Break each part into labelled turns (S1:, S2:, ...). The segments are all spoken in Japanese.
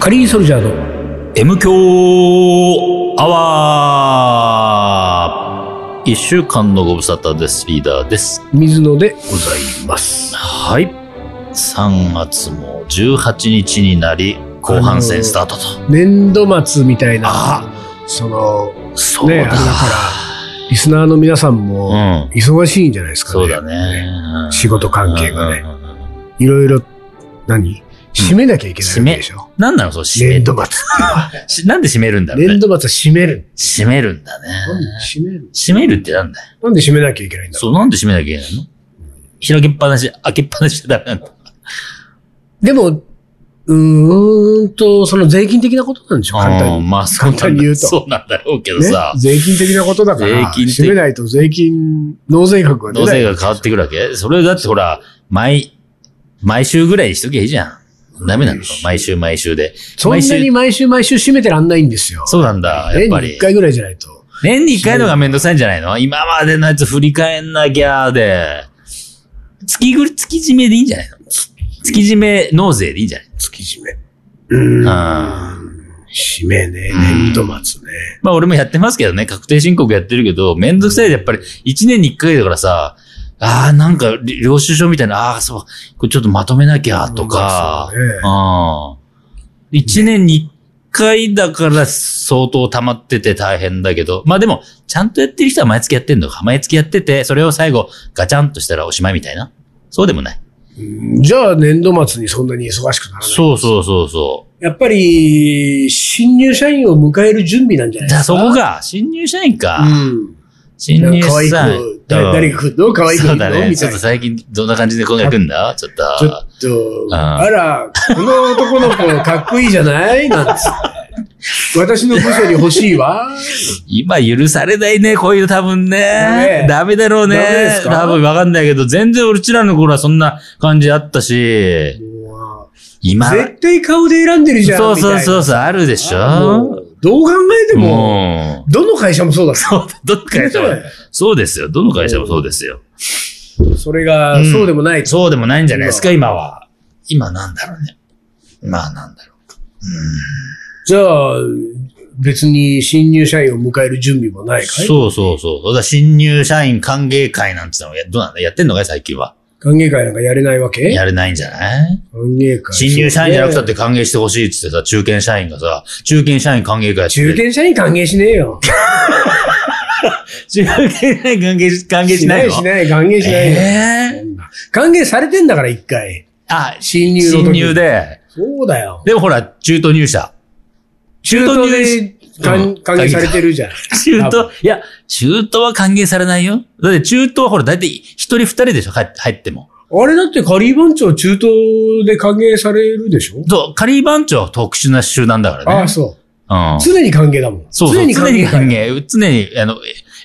S1: カリーソルジャーの
S2: M 強アワー一週間のご無沙汰です。リーダーです。
S1: 水野でございます。
S2: はい。3月も18日になり、後半戦スタートと。
S1: 年度末みたいな、
S2: あ
S1: その、
S2: そう
S1: ねあ
S2: だ。
S1: れだからリスナーの皆さんも
S2: うん。
S1: 忙しいんじゃないですかね。
S2: そうだね。うん
S1: 仕事関係がね
S2: うんうんうんうん
S1: いろいろ、何締めなきゃいけないわけでしょ。
S2: なんなのその締め
S1: 年
S2: る
S1: 度。末。
S2: しなんで締めるんだろう
S1: 年
S2: ね。
S1: 度末は締める。
S2: 締めるんだね。
S1: なんで締める
S2: 締めるってなんだよ。
S1: なんで締めなきゃいけないんだろ
S2: そう、なんで締めなきゃいけないの開けっぱなし、開けっぱなしじゃダメなんだ。
S1: う。でも、うーんと、その税金的なことなんでしょ簡単
S2: う
S1: に。
S2: んまあ、そうなんだ
S1: 簡単に言うと
S2: そうなんだろうけど
S1: ね
S2: さ、。
S1: 税金的なことだから、
S2: 税金的
S1: 締めないと税金、納税額が出
S2: 納
S1: ない
S2: 税。が変わってくるわけそれだってほら、毎、毎週ぐらいにしときゃいいじゃん。ダメなの毎週毎週で。
S1: そん
S2: 毎
S1: なに
S2: 週
S1: 毎週毎週締めてらんないんですよ。
S2: そうなんだ、やっ
S1: 年
S2: ぱ
S1: に一
S2: り。
S1: 回ぐらいじゃないと。
S2: 年に一回のがめんどくさいんじゃないの今までのやつ振り返んなきゃで。月ぐ、月締めでいいんじゃないの月締め納税でいいんじゃない
S1: 月締め。うーん。
S2: あ
S1: 締めね。
S2: うん
S1: 年度末ね。
S2: まあ俺もやってますけどね、確定申告やってるけど、めんどくさいでやっぱり1年に1回だからさ、ああ、なんかり領収書みたいな、ああ、そう、これちょっとまとめなきゃとか、
S1: そうね
S2: うん。1年に1回だから相当溜まってて大変だけど、まあでも、ちゃんとやってる人は毎月やってんのか。毎月やってて、それを最後ガチャンとしたらおしまいみたいな。そうでもない。
S1: うんじゃあ年度末にそんなに忙しくならない。
S2: そうそうそうそ
S1: やっぱり、新入社員を迎える準備なんじゃ
S2: う。
S1: ない
S2: じ
S1: で
S2: ゃあ
S1: す
S2: そ
S1: か。
S2: こが、新入社員か。
S1: うん。
S2: 新入
S1: 可
S2: 社
S1: 愛く、
S2: 員。う
S1: 誰
S2: ん
S1: 誰が来るの可愛く来
S2: そ
S1: る
S2: うだ
S1: の
S2: ね。
S1: み
S2: ち
S1: た
S2: ょ
S1: い
S2: っ
S1: な。
S2: と
S1: ち
S2: 最近どんな感じでこんが来んだちょっ
S1: ょっ
S2: と。
S1: と、
S2: ん
S1: あら、この男の子かっこいいじゃないなんつって。私の部署に欲しい わ。
S2: 今許されないね、こういう多分ね。
S1: ダ
S2: ダメだろ
S1: ダ
S2: う
S1: メで
S2: ね
S1: す。か
S2: 多分わかんないけど、全然俺ちらの頃はそんな感じあったし、
S1: もう
S2: 今。
S1: 絶対顔で選んでるじゃん。
S2: そうそうそううそう、あるでしょ
S1: どう考えても、
S2: もう。
S1: どの会社もそうだそ
S2: そう、 どの会社も。そうですよ。どの会社もそうですよ。
S1: それが、
S2: うん
S1: そうでもない。
S2: そうでもないんじゃないですか、今は。今なんだろうね。まあなんだろうか。
S1: じゃあ、別に新入社員を迎える準備もな
S2: うん。
S1: いかい
S2: そうそうそう。だから新入社員歓迎会なんてのはやどうなんだやってんのかい最近は。
S1: 歓迎会なんかやれないわけ
S2: やれないんじゃない
S1: 歓迎会。
S2: 新入社員じゃなくた
S1: そう
S2: っ
S1: ね
S2: て歓迎してほしいっつってさ、中堅社員がさ、中堅社員歓迎会やって
S1: 中堅社員歓迎しねえよ。
S2: 中堅社員歓迎し歓迎しないの
S1: しない、歓迎しないよ。
S2: えー
S1: 歓迎されてんだから、一回。
S2: あ、
S1: 新入の時
S2: 新入で。
S1: そうだよ。
S2: でもほら、中途入社。中
S1: 中
S2: 途
S1: 途
S2: 入
S1: で歓
S2: うん
S1: 歓迎されてるじゃん。
S2: 中途、いや、中途は歓迎されないよ。だって中途はほら、だいたい一人二人でしょ、入入っても。
S1: あれだってカリー番長中東で歓迎されるでしょ
S2: そう、カリー番長は特殊な集団だからね。
S1: ああ、そう。
S2: うん。
S1: 常に歓迎だもん。
S2: そうそう、常に
S1: 歓
S2: 歓
S1: 迎
S2: 迎
S1: だよ。
S2: 常に、あの、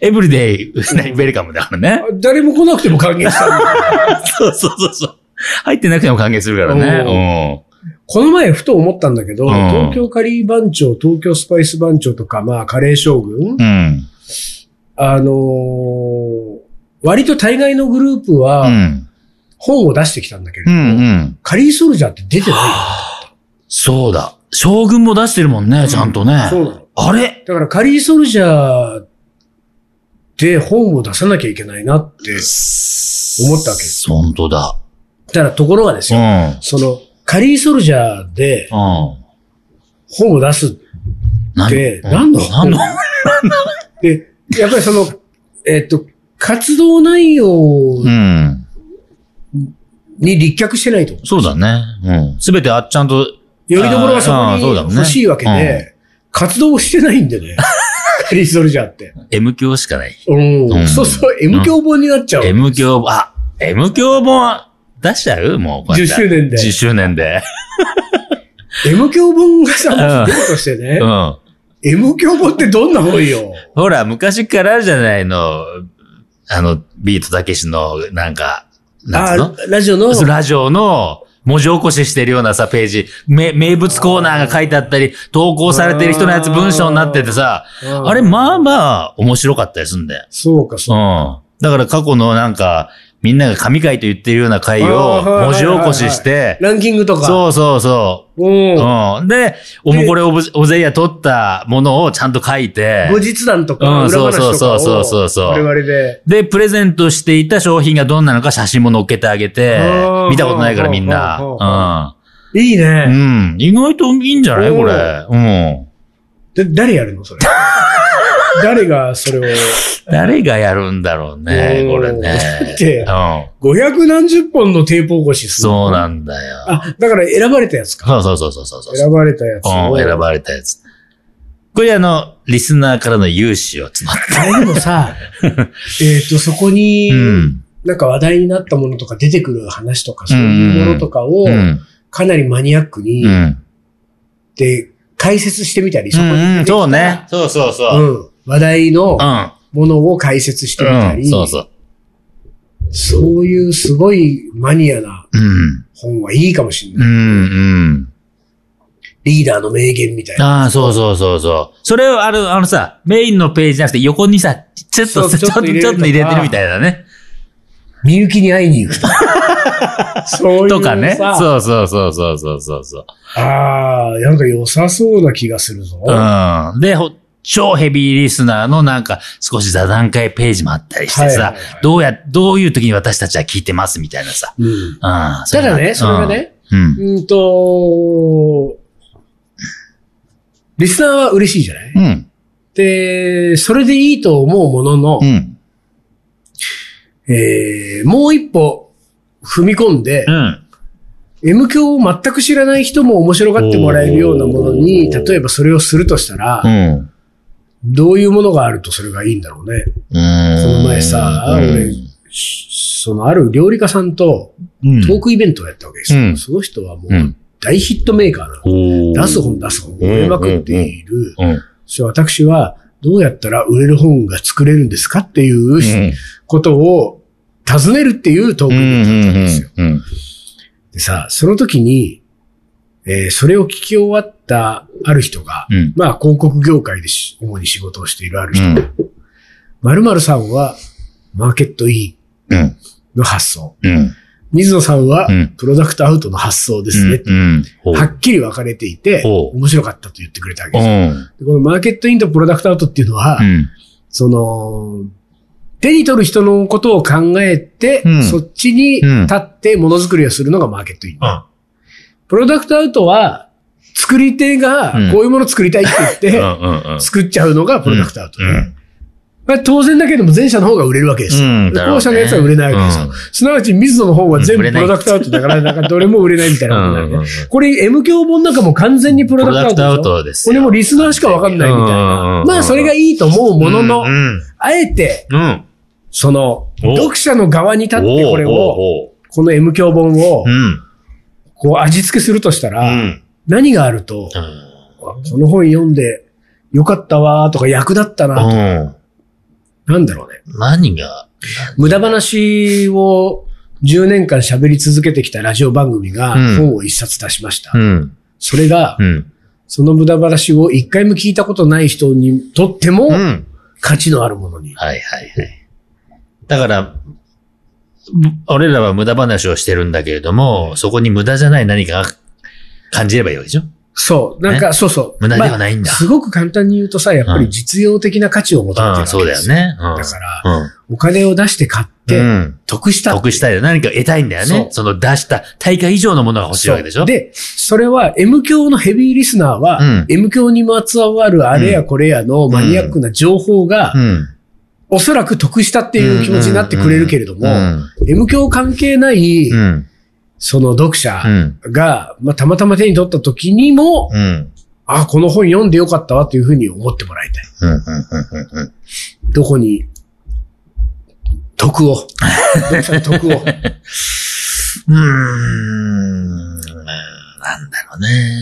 S2: エブリデイ、ウ ェルカムだか らね。
S1: 誰も来なくても歓迎したんだ よ
S2: そうそうそうそう。入ってなくても歓迎するからね。
S1: この前ふと思ったんだけど、
S2: うん
S1: 東京カリー番長、東京スパイス番長とか、まあカレー将軍
S2: う、ん。うん。
S1: あのー割と大概のグループ
S2: う
S1: は
S2: ん。
S1: 本を出してきたんだけれ
S2: う
S1: ど、
S2: ん。うん。
S1: カリーソルジャーって出てな
S2: そうだ。将軍も出してるもんね、ちゃんとね
S1: い。そうなの。
S2: あれ
S1: だからカリーソルジャーで本を出さなきゃいけないなって。
S2: 思
S1: ったわけです
S2: 本当だ。
S1: ただところがです
S2: う
S1: よ、
S2: ん。
S1: その、カリーソルジャーで
S2: うん。
S1: 本を出す
S2: なん
S1: で、
S2: うん
S1: 何の
S2: 何の
S1: で、やっぱりその、えっと、活動内容
S2: うん。
S1: に立脚してないと。
S2: そうだね。うん。すべてあっちゃんと、
S1: よりどころはそ
S2: あーそうだ
S1: こ
S2: ろう
S1: に
S2: ね
S1: 欲しいわけで、活動をしてないんでね。カリーソルジャーって。
S2: M 教しかない。
S1: う。
S2: うんん
S1: そうそう、M 教本になっちゃう。
S2: M 教、あ、M 教も出しちゃうもうこう
S1: 10
S2: やって。
S1: 周年で。
S2: 10周年で。
S1: M 教本が
S2: う
S1: さ、
S2: ん
S1: 出るとしてね
S2: う。ん。
S1: M 教本ってどんな本よ。
S2: ほら、昔からあるじゃないの。あの、ビートたけしの、なんか、なんつう
S1: あ
S2: の、
S1: ラジオの。
S2: そうラジオの文字起こししてるようなさ、ページ。め名物コーナーが書いてあったり、投稿されてる人のやつ文章になっててさ、
S1: うん
S2: あれ、まあまあ、面白かったりすんだよ。
S1: そうか、
S2: う
S1: そう。
S2: ん。だから過去のなんか、みんなが神回と言ってるような回
S1: あ
S2: を
S1: ーはい
S2: 文字起こしして、
S1: ランキングとか。
S2: そうそうそう。
S1: う。うん。
S2: うん。で、おもこれおぶおぜいや取ったものをちゃんと書いて、
S1: 後日談とか、
S2: うん
S1: 裏話とかを
S2: そうそうそうそうそう
S1: 我々で。
S2: で、プレゼントしていた商品がどんなのか写真も載っけてあげて
S1: あー、
S2: 見たことないからみん
S1: ほうほうほう
S2: な。
S1: いい
S2: うん。う
S1: ね。
S2: ん。意外といいんじゃない
S1: おー
S2: これ。うん。
S1: で誰やるのそれ。 誰がそれを。
S2: 誰がやるんだろうね、
S1: おー
S2: これね。
S1: だって
S2: うん。
S1: 500何十本のテープ起こしするの
S2: そうなんだよ。
S1: あ、だから選ばれたやつか。
S2: そうそうそうそうそうそう。
S1: 選ばれたやつを。
S2: うん、選ばれたやつ。これあの、リスナーからの融資を募って。
S1: あれでもさ、えっと、そこに
S2: う、ん。
S1: なんか話題になったものとか出てくる話とか、そういうものとかを
S2: う、ん。
S1: かなりマニアックに
S2: う、ん。
S1: で、解説してみたり、そこに
S2: うん
S1: 出てきたら
S2: そうね。。そうそうそう。
S1: うん。話題の
S2: うん。
S1: ものを解説してみた
S2: うん。
S1: り、
S2: そうそう。
S1: そういうすごいマニアな
S2: うん。
S1: 本はいいかもしれ
S2: う
S1: ない。
S2: ん。うん。
S1: リーダーの名言みたいな。
S2: ああ、そうそうそうそう。それを、あの、あのさ、メインのページじゃなくて横にさ、ちょっと、
S1: そう
S2: ちょ
S1: ちょっ
S2: っ
S1: と
S2: と、
S1: 入れる
S2: ちょっと入れ
S1: とか
S2: てるみたいだね。
S1: みゆきに会いに行くとか。 そういうさ。
S2: とかね。そうそうそうそうそうそうそう。
S1: ああ、なんか良さそうな気がするぞ。
S2: うん。で、ほ超ヘビーリスナーのなんか少し座談会ページもあったりして
S1: はい
S2: さ
S1: はいはい、
S2: どうや、どういう時に私たちは聞いてますみたいなさ。
S1: うん
S2: うん。
S1: ただね、それ
S2: は
S1: が。ね、
S2: うん。
S1: うんと、リスナーは嬉しいじゃない
S2: うん。
S1: で、それでいいと思うものの
S2: う、ん。
S1: えーもう一歩踏み込んで
S2: う、ん。
S1: M 教を全く知らない人も面白がってもらえるようなものに、
S2: おー
S1: 例えばそれをするとしたら
S2: う、ん。
S1: どういうものがあるとそれがいいんだろうね。
S2: うん。
S1: この前さ
S2: うん
S1: 俺しそのある料理家さんと
S2: うん。
S1: トークイベントをやったわけですよ。
S2: うん
S1: その人はも
S2: う
S1: うん大ヒットメーカーなの。
S2: おー
S1: 出す本出す本を売れまくっている。
S2: うん。
S1: そして私はどうやったら売れる本が作れるんですかっていうしことを尋ねるっていうトー
S2: う
S1: クイベントだったん
S2: ん。
S1: ですよ。
S2: うん。
S1: でさ、その時に、えーそれを聞き終わったある人が、
S2: うん。
S1: まあ広告業界でし主に仕事をしているある
S2: う
S1: 人、
S2: ん。
S1: 〇〇さんはマーケット E
S2: うん。
S1: の発想。
S2: うん。
S1: 水野さんは
S2: うん
S1: プロダクトアウトの発想ですね。
S2: うん。うん
S1: はっきり分かれていて、
S2: ほう
S1: 面白かったと言ってくれたわけ
S2: う
S1: ですよ。
S2: ん。
S1: でこのマーケットインとプロダクトアウトっていうのは、
S2: うん。
S1: その、手に取る人のことを考えて、
S2: うん
S1: そっちに立ってものづくりをするのがマーケットイン。
S2: うん
S1: プロダクトアウトは、作り手が
S2: うん
S1: こういうものを作りたいって言
S2: う
S1: って、
S2: ん。うん。
S1: 作っちゃうのがプロダクトアウト。
S2: うん。
S1: まあ当然だけども前者の方が売れるわけですよ。
S2: うんだろうね
S1: 後者のやつは売れないわけですよ。
S2: うん
S1: すなわち水野の方は全部
S2: う
S1: プ
S2: ん売れない
S1: ロダクトアウトだから、なんかどれも売れないみたいなことになるね
S2: うんうんうん
S1: これ M 教本なんかも完全にプロダクトアウトでしょ。
S2: プロダクトアウトです
S1: こ
S2: よ
S1: れもリスナーしかわかんないみたい
S2: うんうんうん
S1: な
S2: う。ん
S1: まあそれがいいと思うものの、
S2: うん。
S1: あえて、
S2: うん。
S1: その、
S2: お
S1: 読者の側に立ってこれを、
S2: を、
S1: この M 教本を
S2: う、ん。
S1: こう味付けするとした
S2: う
S1: ら、
S2: ん。
S1: 何があると、この本読んで、よかったわーとか役立ったな、
S2: うん。
S1: なんだろうね。
S2: 何が、
S1: 無駄話を10年間喋り続けてきたラジオ番組が
S2: うん
S1: 本を一冊出しました。
S2: ん。
S1: それが
S2: う、ん。
S1: その無駄話を一回も聞いたことない人にとっても
S2: うん。
S1: 価値のあるものに。
S2: はいはいはい。だから、俺らは無駄話をしてるんだけれども、そこに無駄じゃない何かが感じればいいわけでしょ
S1: そう。なんか、そうそう。
S2: 無駄ではないんだ
S1: まあすごく簡単に言うとさ、やっぱり実用的な価値を求めてるわけ
S2: う
S1: で
S2: ん、
S1: す
S2: そうだよ。ね。うん。
S1: だから、お金を出して買っ
S2: う
S1: て、
S2: ん。
S1: 得した。
S2: 得したいよ。何か得たいんだよ
S1: そう
S2: ね。その出した、大会以上のものが欲しいわけでし
S1: そう
S2: ょ
S1: で、それは M 教のヘビーリスナーは、
S2: うん
S1: M 教にまつわるあれやこれやのマニアックな情報が、
S2: ん。っ
S1: おそらく得したって
S2: て
S1: いう気持ちになってくれるけれども、M 教関係ない、
S2: うん。
S1: その読者
S2: うん。
S1: が、まあ、たまたま手に取った時にも、
S2: うん。
S1: あ、この本読んでよかったわというふうに思ってもらいたい。
S2: うん。うん。うん。
S1: どこに、得 を。読者に得を。
S2: うーん。なんだろうね。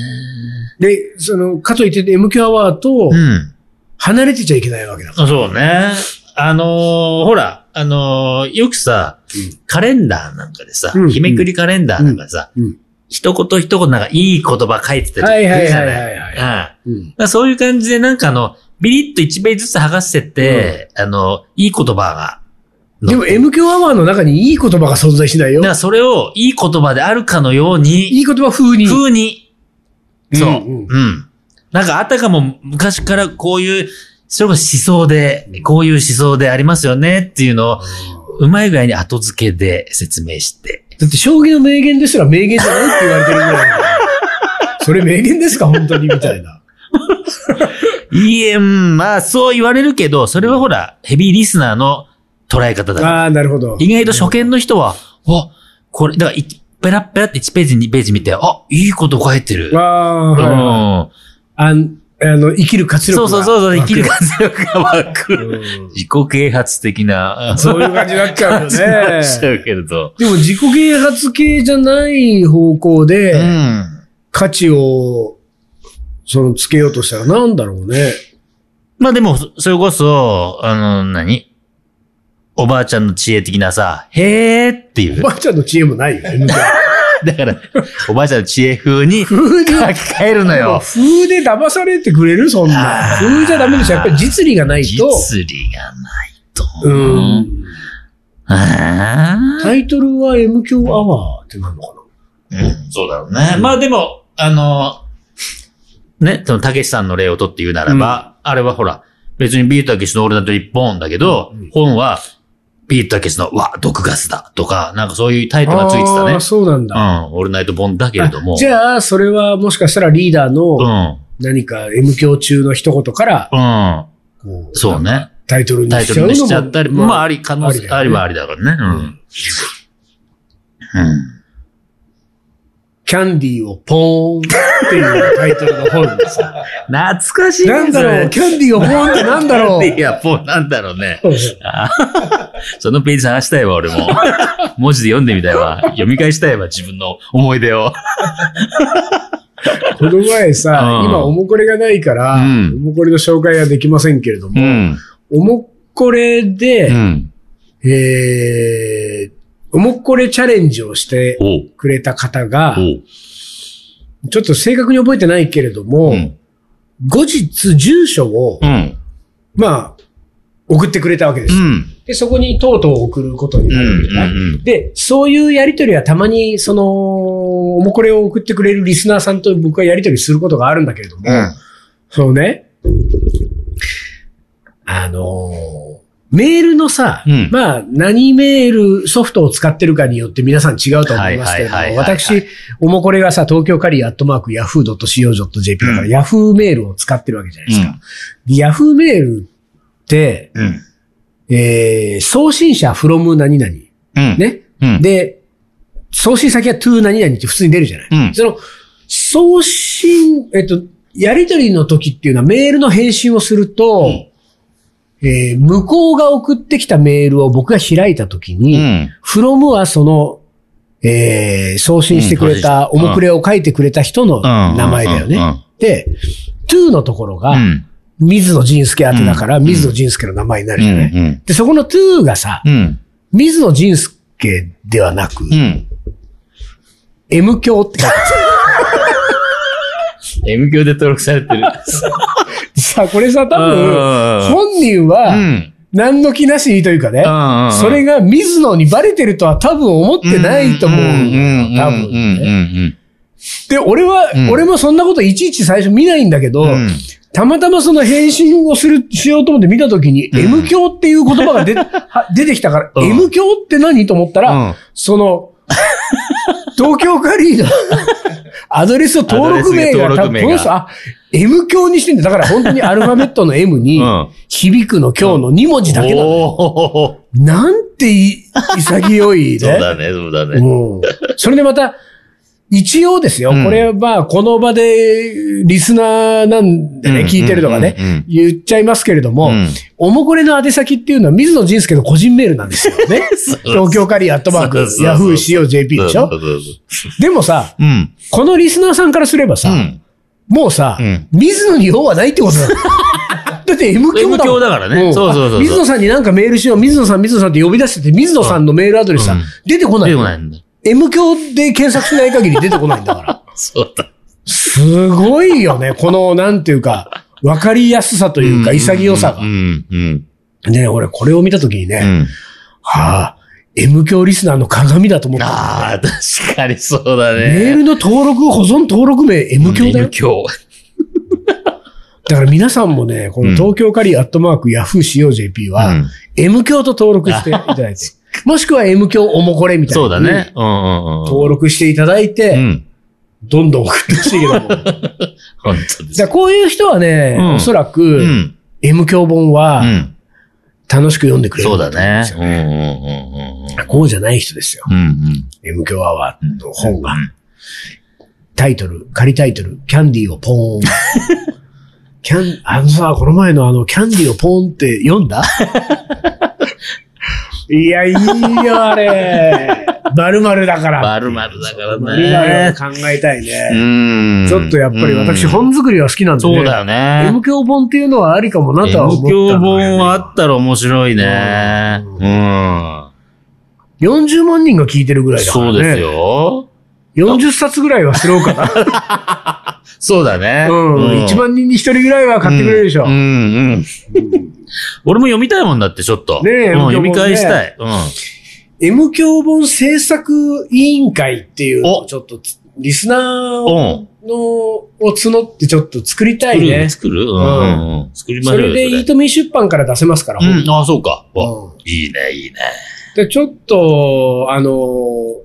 S1: で、その、かといって M 教アワーと
S2: うん。
S1: 離れてちゃいけないわけだから。
S2: そうね。あのーほら、あのーよくさ、
S1: うん
S2: カレンダーなんかでさ、
S1: うん
S2: 日めくりカレンダーなんかでさ、
S1: うんうん
S2: 一言一言なんかいい言葉書いてたり
S1: はいはい
S2: じ
S1: は
S2: ゃ
S1: い
S2: ない。
S1: はいはい。
S2: うん
S1: うん
S2: だからそういう感じで、なんかあの、ビリッと1ページずつ剥がしてって、あの、いい言葉が
S1: でも M 強アワーの中にいい言葉が存在しないよ
S2: だか。らそれをいい言葉であるかのように、
S1: いい言葉風に。
S2: 風に、そう、
S1: うんうん
S2: うん。なんかあたかも昔からこういう、それこそ思想で、こういう思想でありますよねっていうのを、うまい具合に後付けで説明して。
S1: だって将棋の名言ですら名言じゃないって言われてるぐらい だから。それ名言ですか本当にみたいな。
S2: いえ、うんまあそう言われるけど、それはほら、ヘビーリスナーの捉え方だから。
S1: ああ、なるほど。
S2: 意外と初見の人は、あ、これ、だからい、ペラッペラって1ページ、2ページ見て、あ、いいこと書いてる。
S1: ああ、
S2: う
S1: はい
S2: ん。
S1: あんあの、生きる活力
S2: そう
S1: が。
S2: そうそうそう、生きる活力が湧く。
S1: うん
S2: 自己啓発的な、
S1: そういう感じになっちゃうよ
S2: 感じにな
S1: ね
S2: っ。ちゃうけれど。
S1: でも自己啓発系じゃない方向
S2: う
S1: で
S2: ん。
S1: 価値をそのつけようとしたらなんだろうね。
S2: まあでも、そそれこそ、あの、何おばあちゃんの知恵的なさ、へーっていう
S1: お。ばあちゃんの知恵もないよ ね。
S2: だから、おばあちゃんの知恵風に書き
S1: 風で、
S2: 換えるのよ。
S1: 風で騙されてくれるそんな。
S2: あー
S1: 風じゃダメでしょ。やっぱり実利がない
S2: 実
S1: と。
S2: 利がないと。
S1: うん。
S2: あー
S1: タイトルは M 強アワーってなるのか
S2: うん、そうだろうね。まあでも、あの、ね、その、たけしさんの例をとって言うならば、あれはほら、別にビートたけしのオールナイト一本だけど、
S1: うん
S2: 本は、ビートたけしの、わ、毒ガスだとか、なんかそういうタイトル
S1: な。
S2: がついてたね
S1: あー。そうなんだ。
S2: うん、オールナイト本だけれども。
S1: あじゃあ、それはもしかしたらリーダー
S2: う
S1: の
S2: ん、
S1: 何か M 強中の一言から、
S2: うん、
S1: こう
S2: そうね。
S1: タイトルに
S2: タイ
S1: し
S2: ト
S1: ちゃ
S2: ル
S1: う
S2: に
S1: のも。
S2: しちゃったり、まああり、可能
S1: ありだ
S2: 性、
S1: よね
S2: ありはありだからね。うん。うん。
S1: キャンディーをポーンっていうタイトルの 本でさ。
S2: 懐かしいね
S1: なんだろう、
S2: そ
S1: キャンディーをポーンってなんだろう。
S2: れいや、もうなんだろうね。あーそのページ探したいわ、 俺も。文字で読んでみたいわ。読み返したいわ、自分の思い出を。
S1: この前さ、
S2: うん
S1: 今おもこれがないから、
S2: うん
S1: おもこれの紹介はできませんけれども、
S2: ん。
S1: おもこれ
S2: う
S1: で、
S2: ん。
S1: えー、おもこれチャレンジをして
S2: おう。
S1: くれた方が
S2: お、う。
S1: ちょっと正確に覚えてないけれども、
S2: うん。
S1: 後日住所を、
S2: うん。
S1: まあ、送ってくれたわけで
S2: う
S1: す。
S2: ん。
S1: で、そこにとうとう送ることに
S2: うん。
S1: なるわけだ
S2: うん。
S1: で、そういうやりとりはたまに、その、おもこれを送ってくれるリスナーさんと僕はやりとりすることがあるんだけれども、
S2: うん。
S1: そうね、あのーメールのさ、
S2: うん
S1: まあ、何メールソフトを使ってるかによって皆さん違うと思いますけれど
S2: はいはい
S1: も、
S2: はいはい
S1: 私、おもこれがさ、東京カリーアットマーク yahoo.co.jp だから、
S2: うん
S1: Yahoo メールを使ってるわけじゃないですか。で Yahoo メールって、
S2: うん。
S1: えー、送信者 from 何々。
S2: うん。
S1: ね。
S2: うん。
S1: で、送信先は to 何々って普通に出るじゃない。
S2: うん
S1: その、送信、えっと、やりとりの時っていうのはメールの返信をすると、
S2: うん
S1: えー向こうが送ってきたメールを僕が開いた時
S2: う
S1: に、
S2: ん。
S1: from はその、えー送信してくれた、
S2: う
S1: お
S2: ん
S1: もくれを書いてくれた人の
S2: うん
S1: 名前だよ
S2: うんうんう
S1: ね
S2: ん。
S1: で、to のところが、
S2: うん。
S1: 水野仁介宛てだから、
S2: うん
S1: 水野仁介の名前にな
S2: う
S1: るじゃない。
S2: ん。
S1: で、そこの to がさ、
S2: うん。
S1: 水野仁介ではなく、
S2: うん。
S1: M 教 って書いてあ
S2: M 教で登録されてる。
S1: るさあ、これさ、多分、
S2: う
S1: 本人は、
S2: ん。
S1: 何の気なしにというかね、
S2: うん。
S1: それ
S2: が
S1: が水野にバレてるとは多分思ってないと思う。
S2: うん。うん。
S1: 多
S2: うん。うん。
S1: 分。
S2: うん。
S1: で、俺は
S2: う、ん
S1: 俺もそんなこといちいち最初見ないんだけど、
S2: うん
S1: たまたまその返信をする、しようと思って見たときに、
S2: ん
S1: M 教っていう言葉が出 は出てきたから、
S2: うん
S1: M 教って何と思ったら、
S2: うん
S1: そ の、東京カリーのアドレスを登録名が、
S2: アド
S1: 多
S2: レス登録
S1: 分
S2: 名が
S1: この人、あ、M 教にしてんだ。だから本当にアルファベットの M に
S2: うん、
S1: 響くの今日の2文字だけなの。
S2: おー
S1: なんてい潔いね。
S2: そうだね、そうだね。
S1: うん。それでまた、一応ですよ。
S2: うん
S1: これは、この場で、リスナーなんでね、
S2: うん
S1: 聞いてるとか
S2: うんうんう
S1: ね
S2: ん、
S1: 言っちゃいますけれども、
S2: うん
S1: おもこれの宛先っていうのは、水野仁介の個人メールなんですよ ね。東京カリーアットマーク
S2: そうそう、そう
S1: ヤフー COJP でしょ
S2: そうそうそう
S1: でもさ、
S2: うん。
S1: このリスナーさんからすれば
S2: う
S1: さ、
S2: ん。
S1: もうさ、
S2: うん
S1: 水野に用はないってこと だだって M 教
S2: M
S1: だも
S2: 教
S1: ん
S2: だからね。
S1: ん
S2: そうそうそうそ
S1: あ
S2: う。
S1: 水野さんになんかメールしよう、水野さん、水野さんって呼び出してて、水野さんのメールアドレスさ、
S2: うん
S1: 出てこない。
S2: 出てこないんだ。
S1: M 教で検索しない限り出てこないんだ から。
S2: そうだ。
S1: すごいよね。この、なんていうか、わかりやすさというか、潔さが
S2: う。ん、うん、
S1: でね、俺これを見たときに
S2: うん。
S1: ね、はあ、M 教リスナーの鏡だと思ってた、
S2: ああ、確かにそうだね。
S1: メールの登録、保存登録名 M 教だよ。
S2: 教。
S1: だから皆さんもね、この東京カリーアットマークヤフー COJP は、
S2: うん
S1: M 教と登録していただいて、 もしくは M 教おもこれみたいな。
S2: そうだね。。うんうんうん。
S1: 登録していただいて、
S2: うん。
S1: どんどん送ってほしいけ ども。だか
S2: 本当です。
S1: らこういう人はね、
S2: うん
S1: おそらく、
S2: うん。
S1: M 教本
S2: う
S1: は
S2: ん。
S1: 楽しく読んでくれる、
S2: そうだね。うんうん
S1: こうじゃない人ですよ。
S2: うんうん。うん
S1: M 教アワーの
S2: うん。
S1: 本が。タイトル、仮タイトル、キャンディーをポー ン。キャン、あのさ、この前のあの、キャンディーをポーンって読ん だいや、いいよ、あれ。まるまるだから。
S2: 丸々だから
S1: 丸々
S2: ね。
S1: 考えたいね。
S2: うん。
S1: ちょっとやっぱり私、
S2: うん
S1: 本作りは好きなんで、ね。
S2: そうだよね
S1: M。教本っていうのはありかもなとは思ったん
S2: M
S1: だよね、
S2: 教本はあったら面白いね。
S1: う
S2: う
S1: 40万人が聞いてるぐら
S2: ん。
S1: いだからね。
S2: そうですよ。
S1: 40冊ぐらいはスローかな。
S2: そうだね。
S1: うん。1万人に1人ぐらいは買ってくれるでしょ。
S2: うんうんうん。俺も読みたいもんだって、ちょっと。
S1: ねえ
S2: うん読
S1: 読
S2: み
S1: み返
S2: 返
S1: し
S2: したた
S1: い
S2: い。うん。
S1: M 教本制作委員会っていうのを
S2: お
S1: ちょっとつ、リスナーを
S2: うん。
S1: のを募ってちょっと作りたい
S2: 作る
S1: ね。
S2: 作るうんんうん。作りまし
S1: そ
S2: ょうよ
S1: れで、イートミー出版から出せますから、
S2: うん、ああ、そうか。わ
S1: うん
S2: いいね、いいね。
S1: で、ちょっと、あのー、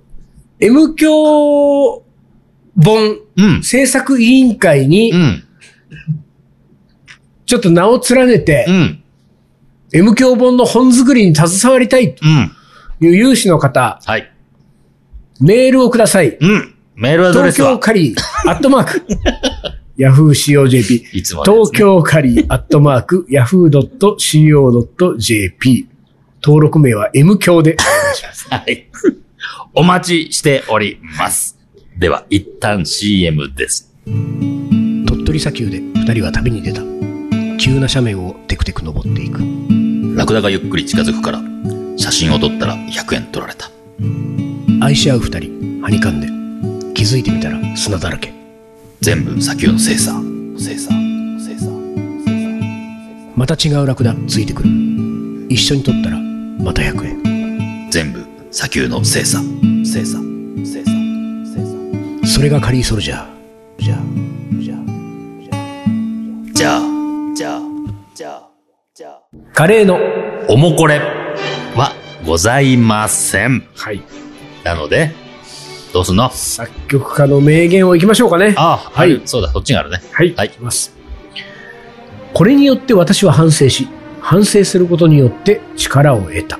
S1: M 教本
S2: うん。
S1: 制作委員会に
S2: う、ん。
S1: ちょっと名を連ねて、
S2: うん。
S1: M 教本の本作りに携わりたいと
S2: うん。
S1: いう有志の方、
S2: はい。
S1: メールをください。
S2: うん。メールアドレ
S1: 東
S2: ス
S1: 京
S2: は、
S1: カリー、アットマー ク、ヤフー COJP。
S2: いつものやつ
S1: 東
S2: ね。
S1: 京カリーアットマーク、ヤフー .co.jp。登録名は M 教で。
S2: はい。お待ちしております。では、一旦 CM です。
S1: 鳥取砂丘で二人は旅に出た。急な斜面をテクテク登っていく。
S2: ラクダがゆっくり近づくから、写真を撮ったら100円取られた。
S1: 愛し合う二人、はにかんで。気づいてみたら砂だらけ。
S2: 全部砂丘の精査。精査。精査。
S1: また違うラクダついてくる。一緒に撮ったらまた100円。
S2: 全部砂丘の精査。精査。精査。精査。
S1: それがカリーソルジャー。じゃあ、じゃ
S2: じゃあ、じゃあ、じゃあ、じゃあ。
S1: あ。カレーの。
S2: おもこれはございません。
S1: はい。
S2: なので、どうすんの
S1: 作曲家の名言をいきましょうか ね。
S2: あ、
S1: は
S2: はいい。そうだ、そっちがあるね。
S1: はい
S2: はい
S1: いきます。これによって私は反省し、反省することによって力を得た。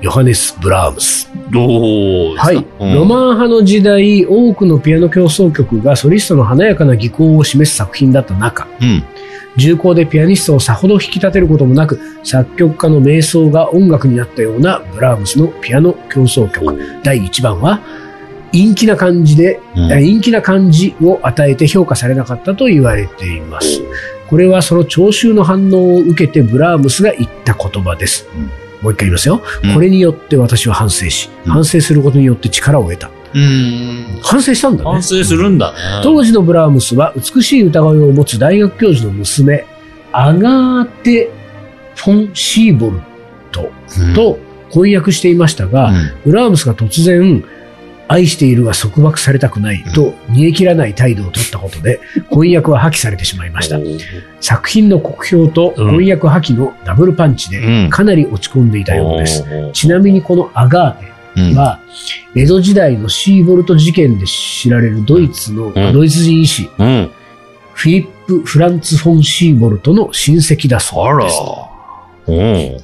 S1: ヨハネス・ブラームス。
S2: どうですか
S1: はい。ロマン派の時代、多くのピアノ協奏曲がソリストの華やかな技巧を示す作品だった中、
S2: うん。
S1: 重厚でピアニストをさほど引き立てることもなく、作曲家の瞑想が音楽になったようなブラームスのピアノ協奏曲。第1番は、陰気な感じで
S2: うん
S1: 陰気な感じを与えて評価されなかったと言われています。これはその聴衆の反応を受けてブラームスが言った言葉です。
S2: うん
S1: もう一回言いますよ、
S2: うん
S1: これによって私は反省し、
S2: うん
S1: 反省することによって力を得た。
S2: うーん。
S1: 反省したんだね
S2: 反。省するんだね。
S1: 当時のブラームスは美しい歌声を持つ大学教授の娘、アガーテ・フォン・シーボルト
S2: うん、
S1: と婚約していましたが、
S2: うん
S1: ブラームスが突然、愛しているが束縛されたくないと煮え切らない態度を取ったことで、婚約は破棄されてしまいました。作品の酷評と
S2: うん
S1: 婚約破棄のダブルパンチ
S2: う
S1: で
S2: ん
S1: かなり落ち込んでいたようです。。ちなみにこのアガ
S2: う
S1: ーテ
S2: ん。
S1: は、江戸時代のシーボルト事件で知られるドイツの、
S2: ん
S1: ドイツ人医師、
S2: うん。
S1: フィリップ・フランツ・フォン・シーボルトの親戚だ
S2: あ
S1: そう
S2: ら
S1: です。。
S2: うん。
S1: へ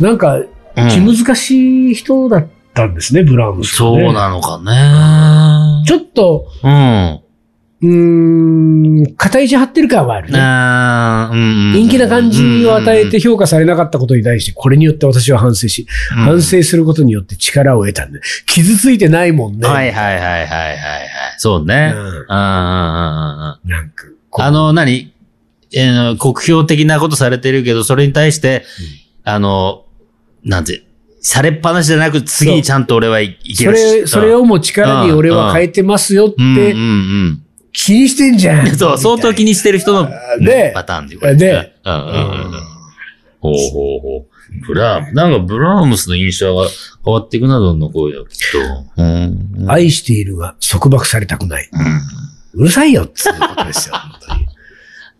S1: ーなんか、
S2: うん
S1: 気難しい人だったんですね、ブラームス
S2: そ
S1: はね、
S2: うなのかね。
S1: ちょっと、
S2: うん。
S1: うーん、肩意地張ってる感はあるね。
S2: あーうん
S1: 人気な感じを与えて、評価されなかったことに対して、これによって私は反省し、
S2: うん
S1: 反省することによって力を得たんで、傷ついてないもんね。
S2: はいはいはいはいはいはい。そう
S1: う
S2: ね。
S1: ん
S2: うんうんうんうんうん。
S1: なんか、こう
S2: あの、何えー酷評的なことされてるけど、それに対して、あの、なんて、されっぱなしじゃなく、次にちゃんと俺はいいけ
S1: そ
S2: るし。
S1: れ、それをもう力に俺は変えてますよっ
S2: うん、うん、う
S1: て
S2: ん
S1: 気に してんじゃ。
S2: うんん。そう、相当気にしてる人の
S1: で
S2: パターンで。
S1: で
S2: うん、うん、うん。ほうほうほう。ブラーム、なんかブラームスの印象が変わっていくな、どんどんこういうの、きっと。うん。い。
S1: 愛しているが束縛されたくない。うるさいよっつうことですよ、本当に。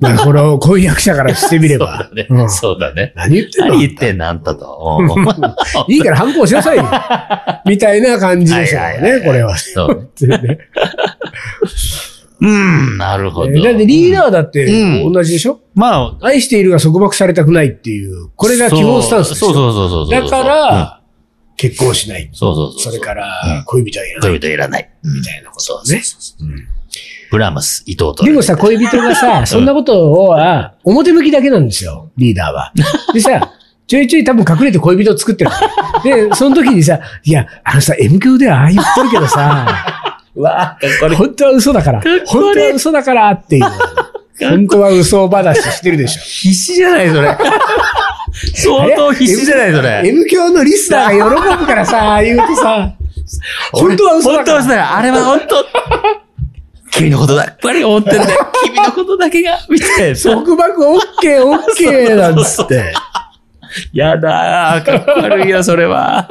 S1: まあ、これを婚約者からしてみれ
S2: そう
S1: ば
S2: だ。ね
S1: う。ん
S2: そうだね。
S1: 何言ってんの
S2: 何言ってんのあん たと。うん
S1: いいから反抗しなさい よ。みたいな感じですよ
S2: はいはいはい
S1: ね、これは。
S2: そう。
S1: ね
S2: うん、なるほど。
S1: だってリーダーだって
S2: うん
S1: 同じでしょ
S2: まあ、
S1: 愛しているが束縛されたくないっていう、これが基本スタンスでし
S2: そう
S1: ょ
S2: そうそうそうそうそう。
S1: だか
S2: うん
S1: ら、結婚しない。
S2: そうそうそう
S1: そ
S2: そう。
S1: れか
S2: うん
S1: ら、恋人はいらない
S2: 恋人いらない。
S1: みたいなことね。
S2: ブラームス、伊藤と。
S1: でもさ、恋人がさ、そんなことをは、表向きだけなんですよ、リーダー は。でさ、ちょいちょい多分隠れて恋人を作ってるの。で、その時にさ、いや、あのさ、M 教ではああ言ってるけどさ、
S2: うわあ、かっこ悪い。
S1: 本当は嘘だから、
S2: っこ
S1: 本当は嘘だからって いう。本当は嘘話してるでしょ。
S2: 必死じゃない、それ。相当必死じゃない、それ。
S1: M 教のリスナーが喜ぶからさ、言うと さ、本当は嘘だ
S2: 本当
S1: か
S2: は
S1: ら
S2: 嘘。だよ。あれは本当。君のことだ。やっぱり思ってんだよ。君のことだけが、みたいな。
S1: 束縛 OK、OK なんつ って。
S2: やだー。かっこ悪いよ、それは。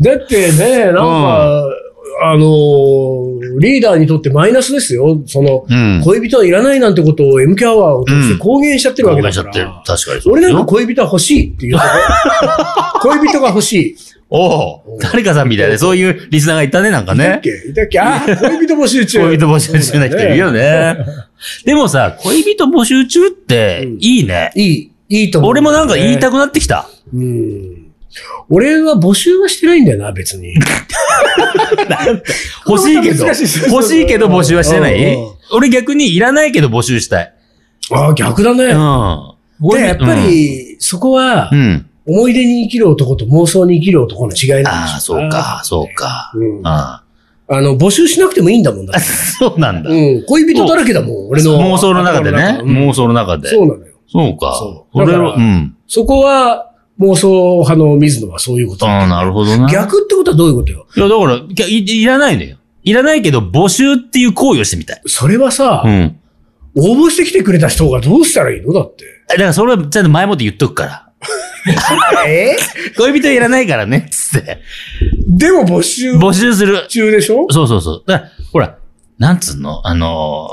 S1: だってね、なんか、あのーリーダーにとってマイナスですよ。その、
S2: うん
S1: 恋人はいらないなんてことを MK アワーを通し
S2: う
S1: て
S2: ん
S1: 公言しちゃってるわけだか
S2: 確からに。。そう
S1: 俺なんか恋人は欲しいっていうとこ 恋人が欲しい。
S2: おお誰かさんみたいな、そういうリスナーがいたね、なんか
S1: いたっ
S2: ね。
S1: けいたっけあー、恋人募集中。
S2: 恋人募集中な人いるよね。 でもさ、恋人募集中って
S1: うん、
S2: いいね。
S1: いい、いいと思う。
S2: 俺もなんか言いた
S1: く。
S2: くなってきた。
S1: うん。俺は募集はしてないんだよな、別に。
S2: 欲し いけど、
S1: 難しいです
S2: 欲しいけど募集はしてな
S1: う
S2: い
S1: んうん
S2: 俺逆にいらないけど募集したい。
S1: ああ、逆だ
S2: う
S1: ね。
S2: ん。
S1: で、やっぱり、そこは
S2: う、ん。
S1: 思い出に生きる男と妄想に生きる男の違いなんで
S2: ああ、
S1: しょ
S2: そうか、そうか。
S1: うん
S2: あ
S1: あの、募集しなくてもいいんだもんだ
S2: あ
S1: って。
S2: そうなんだ。
S1: うん。恋人だらけだもん、俺の。
S2: 妄想の中でね。
S1: うん
S2: 妄想の中で。
S1: そうなのよ。
S2: そうか。
S1: そう
S2: そ
S1: だ
S2: れを、
S1: から
S2: うん。
S1: そこは、妄想派の水野はそういうこと。
S2: ああ、なるほどな。
S1: 逆ってことはどういうことよ
S2: いや、だから、いやいいらないのよ。いらないけど、募集っていう行為をしてみたい。
S1: それはさ
S2: う、ん。
S1: 応募してきてくれた人がどうしたらいいのだって。
S2: だから、それはちゃんと前もって言っとくから。
S1: え
S2: 恋人いらないからね、つって。
S1: でも募集
S2: 募集する。
S1: 中でしょ
S2: そうそうそう。だから、ほら、なんつうのあの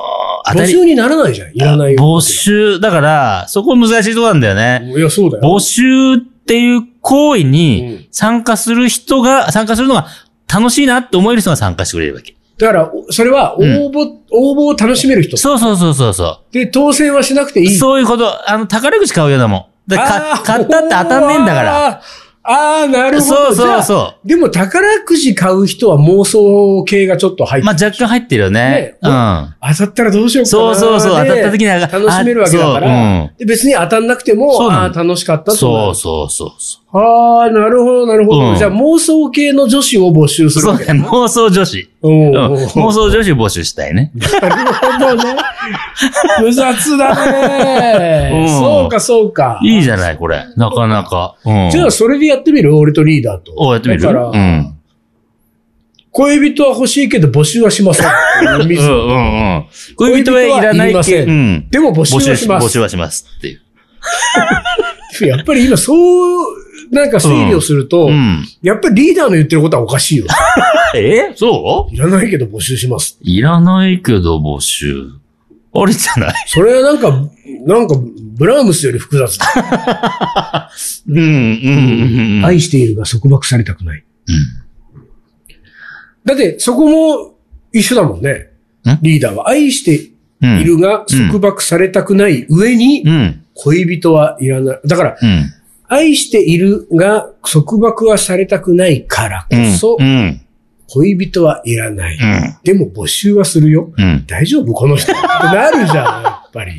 S2: ー、
S1: 募集にならないじゃん。いらない
S2: 募集、だから、そこ難しいとこなんだよね。
S1: いや、そうだよ。
S2: 募集っていう行為
S1: う
S2: に
S1: ん
S2: 参加する人が、参加するのが楽しいなって思える人が参加してくれるわけ。
S1: だから、おそれは応募、応募を楽しめる人。
S2: そうそうそうそうそ。
S1: で、当選はしなくていうい。
S2: そういうこと、あの、宝くじ買うようなもん。だから
S1: あ
S2: か
S1: ー
S2: 買ったって当たんねえんだから。。
S1: あーあー、なるほ
S2: そ
S1: ど。
S2: うそう
S1: じゃあ
S2: そ
S1: でも宝くじ買う人は妄想系がちょっと入っ
S2: う。
S1: て、
S2: まあ、若干入ってるよね
S1: ね。
S2: うん。
S1: 当たったらどうしようかな。
S2: そうそうそう。当
S1: で
S2: たった時になんか
S1: 楽しめるわけだか
S2: あ
S1: ら。
S2: そううん
S1: で別に当たんなくて
S2: そう
S1: も、
S2: なの
S1: ああー、楽しかったと
S2: そ
S1: 思。
S2: うそうそうそう
S1: ああ、なるほど、なるほど。
S2: うん
S1: じゃあ妄想系の女子を募集
S2: う。
S1: する
S2: そ
S1: わ
S2: う
S1: け
S2: ね
S1: だ。。
S2: 妄想女子。
S1: うん
S2: うん妄想女子募集したいね。
S1: なるほどね。無雑だ
S2: うん
S1: ね。そうか、そうか。
S2: いいじゃない、これ。なかなか。うん。
S1: じゃあ、それでやってみる俺とリーダーと。
S2: おやってみる
S1: だ
S2: う
S1: から
S2: ん。
S1: 恋人は欲しいけど募集はしません。
S2: うん
S1: 水
S2: う
S1: 野
S2: んうん。恋人はいらな
S1: 恋人はい
S2: い
S1: りま
S2: け
S1: せ
S2: ど、
S1: ん
S2: うん。
S1: でも募集
S2: 募
S1: は
S2: 集
S1: し
S2: し
S1: ま
S2: 募
S1: す
S2: 集。はしますっていう。
S1: やっぱり今、そう、なんか整理をすると、
S2: うん。
S1: やっぱりリーダーの言ってることはおかしいよ。
S2: えそう
S1: いらないけど募集します。
S2: いらないけど募集。あれじゃない
S1: それはなんか、なんか、ブラームスより複雑だ。
S2: うん、うん、うん。い。
S1: 愛しているが束縛されたくない。
S2: うん。
S1: だって、そこも一緒だもんね
S2: ん。
S1: リーダーは愛して
S2: うん。
S1: いるが束縛されたくない上に
S2: う、ん。
S1: 恋人はいらない。だから、
S2: うん。
S1: 愛しているが束縛はされたくないからこ
S2: うん。
S1: そ
S2: う、ん。
S1: 恋人はいらない。
S2: うん。
S1: でも募集はするよ。
S2: うん。
S1: 大丈夫この人。ってなるじゃん、やっぱり。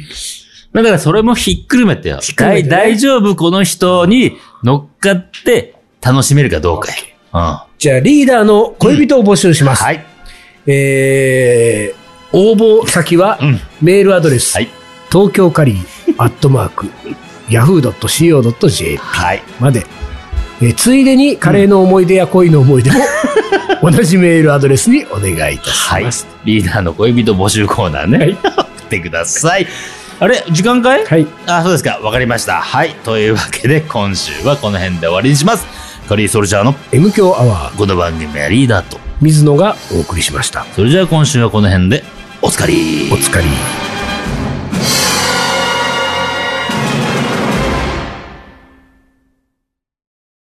S2: だからそれもひっくるめてよ。
S1: っくるめてね
S2: 大大丈夫この人に乗っかって楽しめるかどうかよ。
S1: じゃあ、リーダーの恋人を募集し
S2: うん。
S1: ます。
S2: はい。
S1: えー、応募先は
S2: う、ん。
S1: メールアドレス、
S2: はい
S1: 東京カリー、 アットマーク、yahoo.co.jp
S2: はい。
S1: まで、えーついでにカレーの思い出や恋の 思い出も、同じメールアドレスにお願いいたし
S2: はい
S1: ます。。
S2: リーダーの恋人募集コーナーね。送ってください。あれ時間かい
S1: はい。
S2: あ、そうですか。わかりました。はい。というわけで、今週はこの辺で終わりにします。カリーソルジャーの
S1: M 強アワー、
S2: この番組はリーダーと。
S1: 水野がお送りしました。
S2: それじゃあ今週はこの辺で、おつかり
S1: お疲れ。